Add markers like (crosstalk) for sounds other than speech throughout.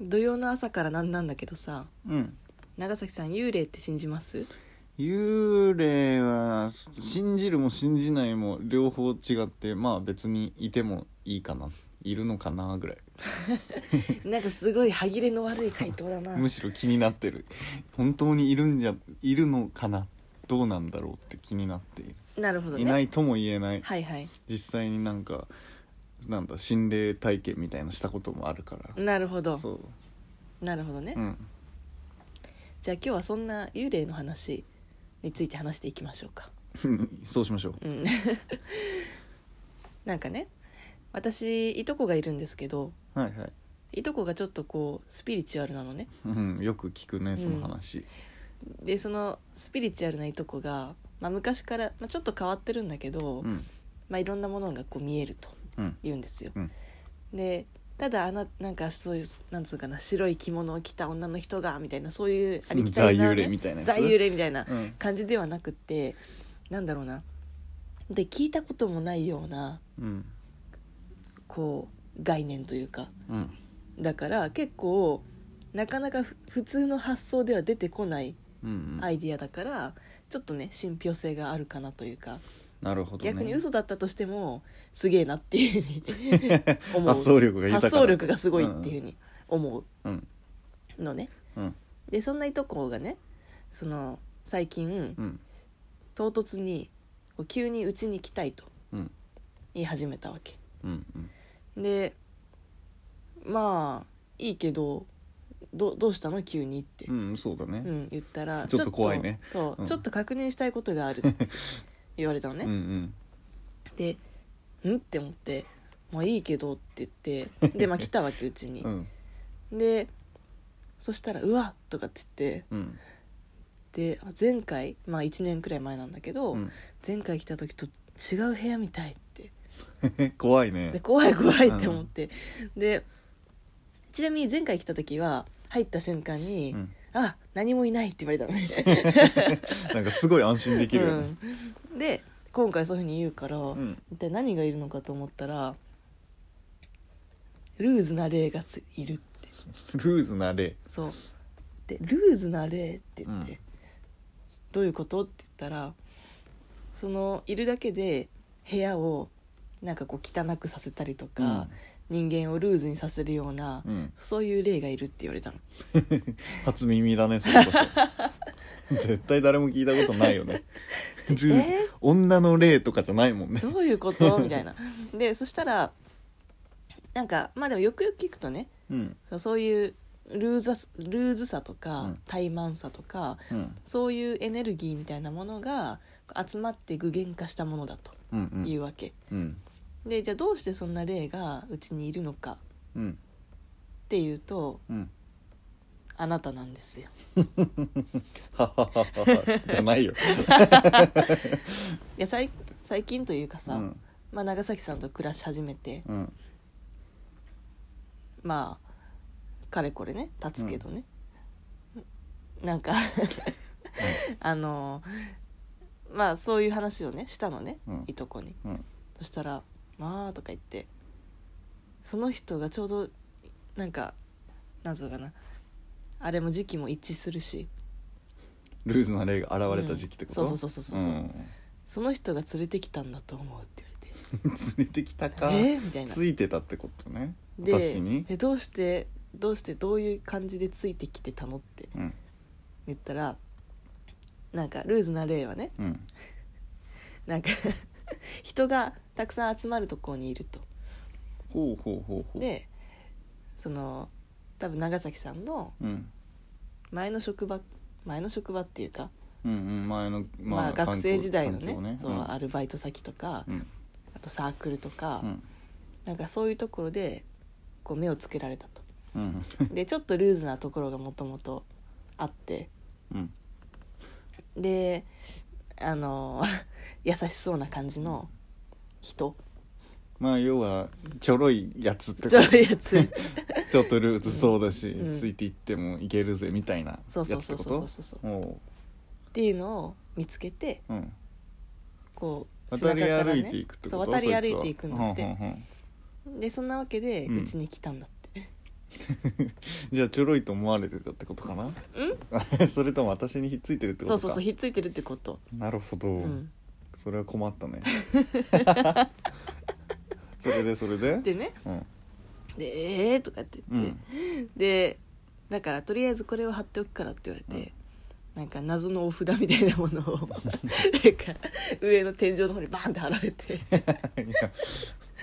土曜の朝からなんなんだけどさうん長崎さん幽霊って信じます (laughs) 幽霊は信じるも信じないも両方違ってまあ別にいてもいいかないるのかなぐらいなんかすごい歯切れの悪い回答だなむしろ気になってる本当にいるんじゃいるのかなどうなんだろうって気になっている、なるほどねいないとも言えないはいはい実際になんかなんだ心霊体験みたいなしたこともあるからなるほどそうなるほどね、うんじゃあ今日はそんな幽霊の話について話していきましょうか (laughs) そうしましょううん (laughs) なんかね私いとこがいるんですけどはいはい、いとこがちょっとこうスピリチュアルなのねうん、よく聞くねその話、でそのスピリチュアルないとこが、まあ、昔から、まあ、ちょっと変わってるんだけど、うんまあ、いろんなものがこう見えるとうん言うんですよ。うんでただあななんかそういうなんつうかな白い着物を着た女の人がみたいなそういうありきたりな、ザ幽霊みたいなやつザ幽霊みたいなうん感じではなくて、なんだろうなで聞いたこともないようなうんこう概念というかうんだから結構なかなかふ普通の発想では出てこないうんアイディアだから、ちょっとね信憑性があるかなというかなるほど、ね、逆に嘘だったとしてもすげえなっていうふうに (laughs) 思う発想力が豊かだ発想力がすごいっていうふうに思うんうのね、うんでそんないとこがねその最近うん唐突にこう急にうちに来たいとうん言い始めたわけうんうんでまあいいけどどどうしたの急にって、うんうんそうだね、うん言ったらちょっと怖いねちょっとそう、うんちょっと確認したいことがあるって (laughs) 言われたのね、うんうんで「ん?」って思って「まあいいけど」って言ってでまあ来たわけうちにう、んでそしたら「うわっ!」とかって言ってうんで前回まあ1年くらい前なんだけど、うん前回来た時と違う部屋みたいって (laughs) 怖いでね怖い怖いって思って、でちなみに前回来た時は入った瞬間に「うんあ何もいない」って言われたのねなんかすごい安心できるよねうん、で今回そういうふうに言うから、ん一体何がいるのかと思ったらルーズな霊がついるってルーズな例 (laughs) そうでルーズな霊って言って、うんどういうことって言ったらそのいるだけで部屋をなんかこう汚くさせたりとか、人間をルーズにさせるような、うんそういう霊がいるって言われたの初耳だねそれ (laughs) こそ絶対誰も聞いたことないよねルーズ、え女の例とかじゃないもんねどういうこと (laughs) みたいなでそしたらなんかまあでもよくよく聞くとねうんそうそういうルーザルーズさとうかん怠慢さとか、うんそういうエネルギーみたいなものが集まって具現化したものだとうんういんうわけ、うんでじゃあどうしてそんな霊がうちにいるのかうんっていうとうんあなたなんですよはははははじ (laughs) ゃないよいや最最近というかさ、うんまあ、長崎さんと暮らし始めてうんまあかれこれね経つけどね、なんか (laughs) あのまあそういう話をねしたのね、うんいとこにうんそしたら「まあ」とか言ってその人がちょうどなんかなんつうのかなあれも時期も一致するしルーズな例が現れた時期ってこと、うんそうそうそうそうそうん (laughs) その人が連れてきたんだと思うって連れてきた言か、われて「えーみたいなついてたってことねで私にえどうしてどうしてどういう感じでついてきてたのってうん言ったらなんかルーズな例はねうんなんか (laughs) 人がたくさん集まるところにいるとほうほうほうほうでその多分長崎さんのうん、前の職場前の職場っていうか、うんうん前の、まあ、学生時代のねそう、あアるルバイト先とか、うんあとサークルとか、うんなんかそういうところでこう目をつけられたと。うん (laughs) でちょっとルーズなところがもともとあってうんであの (laughs) 優しそうな感じの人まあ要はちょろいやつってことちょろいやつちょっとルーズそうだし、うんついていってもいけるぜみたいなそやうそうつってそうこそとうそうそうおっていうのを見つけてううんこう渡り歩いていくってことそう渡り歩いていくんだっそてつはでそんなわけでうんうちに来たんだって、じゃあちょろいと思われてたってことかな (laughs) それとも私にひっついてるってこそとうかそうそうひっついてるってこと、なるほど、うん、それは困っ (laughs) たねそれでそれででねうん (laughs) 「でえー」とかってう言ってん、でだからとりあえずこれを貼っておくからって言われて、なんか謎のお札みたいなもの (laughs) をなんか上の天井の方にバンって貼られて (laughs) いや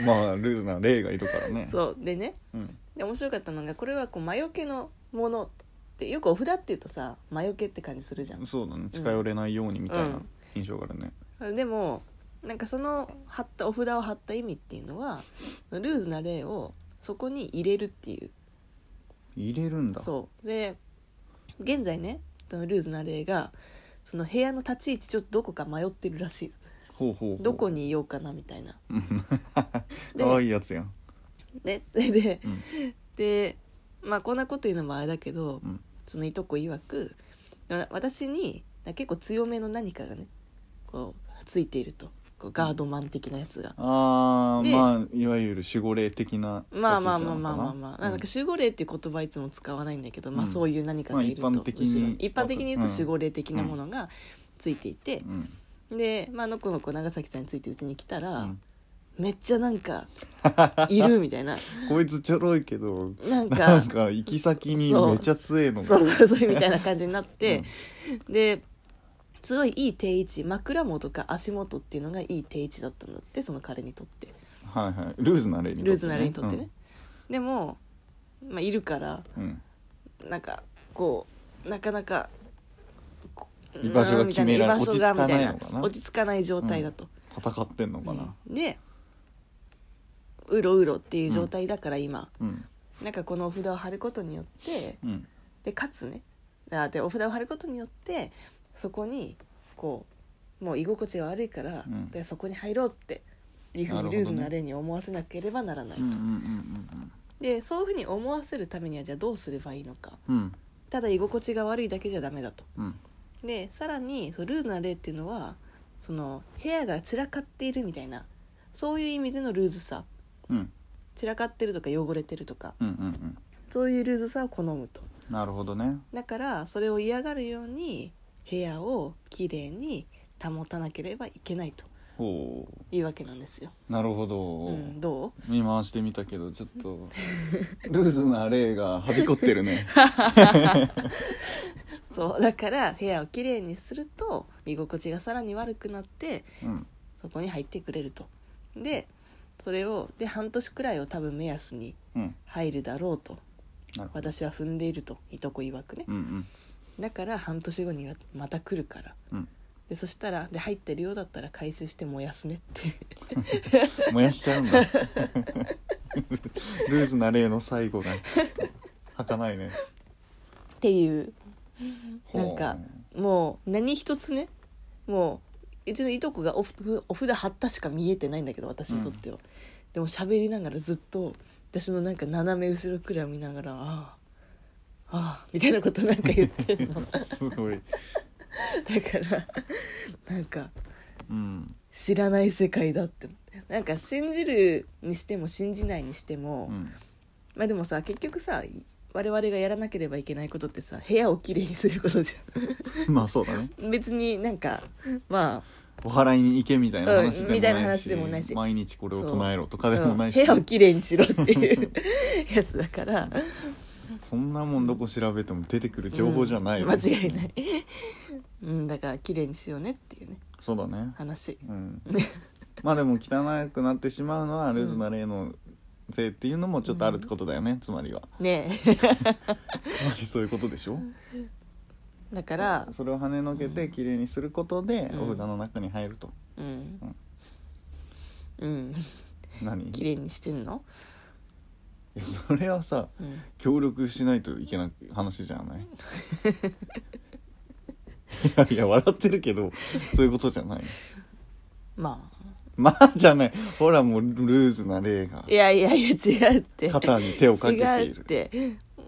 まあルーズな例がいるからねそうでねうんで面白かったのがこれはこう魔除けのものってよくお札っていうとさ魔除けって感じするじゃんそうだね近寄れないようにみたいな印象があるね、でもなんかその貼ったお札を貼った意味っていうのはルーズな例をそこに入れるっていう入れるんだそうで現在ねそのルーズな例がその部屋の立ち位置ちょっとどこか迷ってるらしほうほうほいうどこ (laughs) にいようかなみたいなで可愛いやつやんねそれ (laughs) でうんでまあこんなこと言うのもあれだけどうんそのいとこ曰くわ私に結構強めの何かがねこうついているとこうガードマン的なやつがあーでまあいわゆる守護霊的なまあまあまあまあまあまあ、ななんんか守護霊っていう言葉はいつも使わないんだけど、まうあんそういう何かがいると、まあ一般的に後ろ一般的に言うとうん守護霊的なものがついていて、うんで、まあ、のこのこ長崎さんについてうちに来たら、 (laughs) うんめっちゃなんかいるみたい (laughs) な (laughs) こいつちょろいけどなんかなんか行き先にめちゃ強えのそうそうそうみたいな感じになって、ですごいいい定位置枕元か足元っていうのがいい定位置だったんだってその彼にとってはいはいルーズな例にとってねルーズな例にとってね、でも、まあ、いるからうんなんかこうなかなかこう居場所が決められうんみたな居場所がみた落ち着かないのかな落ち着かない状態だと、戦ってんのかなうんでうろうろっていう状態だから今、うんなんかこのお札を貼ることによってうんでかつねあでお札を貼ることによってそこにこうもう居心地が悪いから、うんでそこに入ろうっていうふうなにるほどルねーズな例に思わせなければならないうんと、うんうんでそういうふうに思わせるためにはじゃあどうすればいいのかうんうんただ居心地が悪いだけじゃダメだとうんでさらにそうルーズな例っていうのはその部屋が散らかっているみたいなそういう意味でのルーズさうん散らかってるとか汚れてるとかうんうんうんそういうルーズさを好むとなるほどねだからそれを嫌がるように部屋をきれいに保たなければいけないとほいうわけなんですよ、うなるほど、うん、ど見回してみたけどちょっと (laughs) ルーズな例がはびこって (laughs) るねうそうだから部屋をきれいにすると居心地がさらに悪くなってうんそこに入ってくれるとでそれをで半年くらいを多分目安にうん入るだろうとなるほど私は踏んでいるといとこ曰くねうんうんだから半年後にはまた来るからうんでそしたらで入ってるようだったら回収して燃やすねって燃やしちゃうんだ (laughs) ルーズな例の最後が儚いねっていうほうなんかもう何一つねもううちのいとこがおふお札貼ったしか見えてないんだけど私にとっては、でも喋りながらずっと私のなんか斜め後ろくらいを見ながら「ああああ」みたいなことなんか言ってるの (laughs) だかすごいらなんかうん知らない世界だってなんか信じるにしても信じないにしても、うんまあでもさ結局さ我々がやらなければいけないことってさ部屋をきれいにすることじまあそうだねゃん別になんかまあお祓いに行けみたいな話でもないし,、うんみたいな話でもないし毎日これを唱えろとかでもないうんし、部屋をきれいにしろっていうやつだからそんなもんどこ調べても出てくる (laughs) 情報じゃないよ、うん間違いないうんだからきれいにしようねっていうねそうだね話うんまあでも汚くなってしまうのはルーズな例のせいっていうのもちょっとあるってことだよね、つまりはね (laughs) つまりそういうことでしょえだからそれを跳ねのけて綺麗にすることで、うんお札の中に入るとうんうん何きれいにしてんの、いやそれはさうん、協力しないといけない話じゃ (laughs) ないいやいや笑ってるけどそういうことじゃないままあじゃないほらもうルーズな例があいやいやいや違うって肩に手をかけて違いうっるて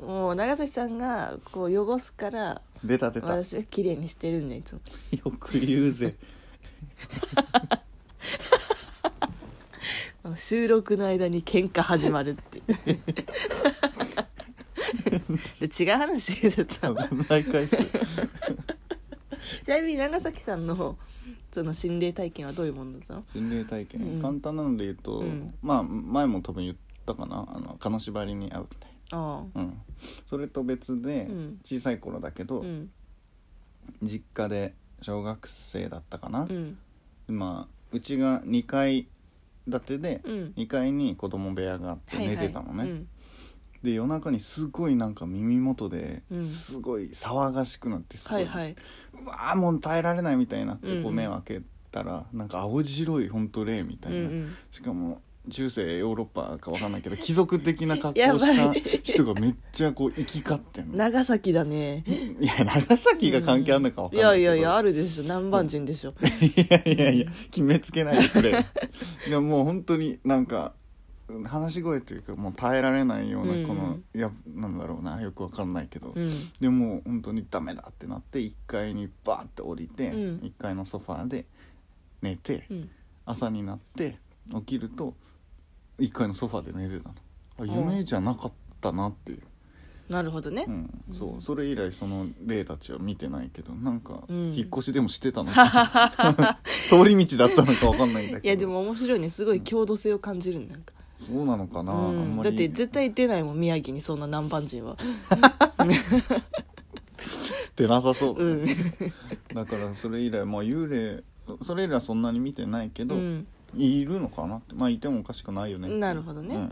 もう長崎さんがこう汚すから出た出たよ私はきれいにしてるんだよいつもく言う (laughs) ぜ (laughs) あの収録の間に喧嘩始まるっていうで違う話出てた多分毎回するちなみに長崎さんのその心霊体験はどういうものだったの心霊体験、うん簡単なので言うと、うんまあ前も多分言ったかなあの金縛りに会うみたいああな、うん、それと別で、うん小さい頃だけど、うん実家で小学生だったかなう、んまあうちが2階建てで、うん2階に子供部屋があってはいはい寝てたのね、うんで夜中にすごいなんか耳元でうんすごい騒がしくなってすごはいはいうわーもう耐えられないみたいになってうんこう目を開けたら、なんか青白いほんと霊みたういんな、うんしかも中世ヨーロッパかわかんないけど貴族的な格や好ばをいした人がめっちゃこう行き交ってんの長崎だねいや長崎が関係あんのかわかんないけど、やいやいやあるでしょ南蛮人でしょいやいやいや決めつけないでくれ (laughs) いやもう本当になんか話し声というかもう耐えられないよううんなこの、いやなんだろうなよくわかんないけど、うんでもう本当にダメだってなって1階にバーって降りて、うん1階のソファーで寝て、うん朝になって起きると1階のソファーで寝てたのあん夢じゃなかったなっていう、なるほどねうんそうそれ以来その霊たちは見てないけどなんかうん引っ越しでもしてたのか、 (laughs) 通り道だったのかわかんないんだいけどやでも面白いねすごい郷土性を感じるねなんかそうなのかな、うあんんまだっりて絶対出ないもん宮城にそんな南蛮人は出なさそうだうね、んだからそれ以来まあ幽霊それ以来はそんなに見てないけうど、んいるのかなってまあいてもおかしくないよねっていうなるほどね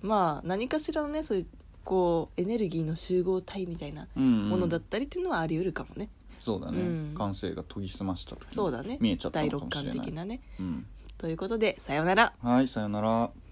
まあ何かしらのねそういうこうエネルギーの集合体みたいなうんうんうんものだったりっていうのはあり得るかもね、そうだね、うん感性が研ぎ澄ましたとかねそうだね見えちゃった第のか六もしれ感ない的なねうん、ということでさようならはいさよなら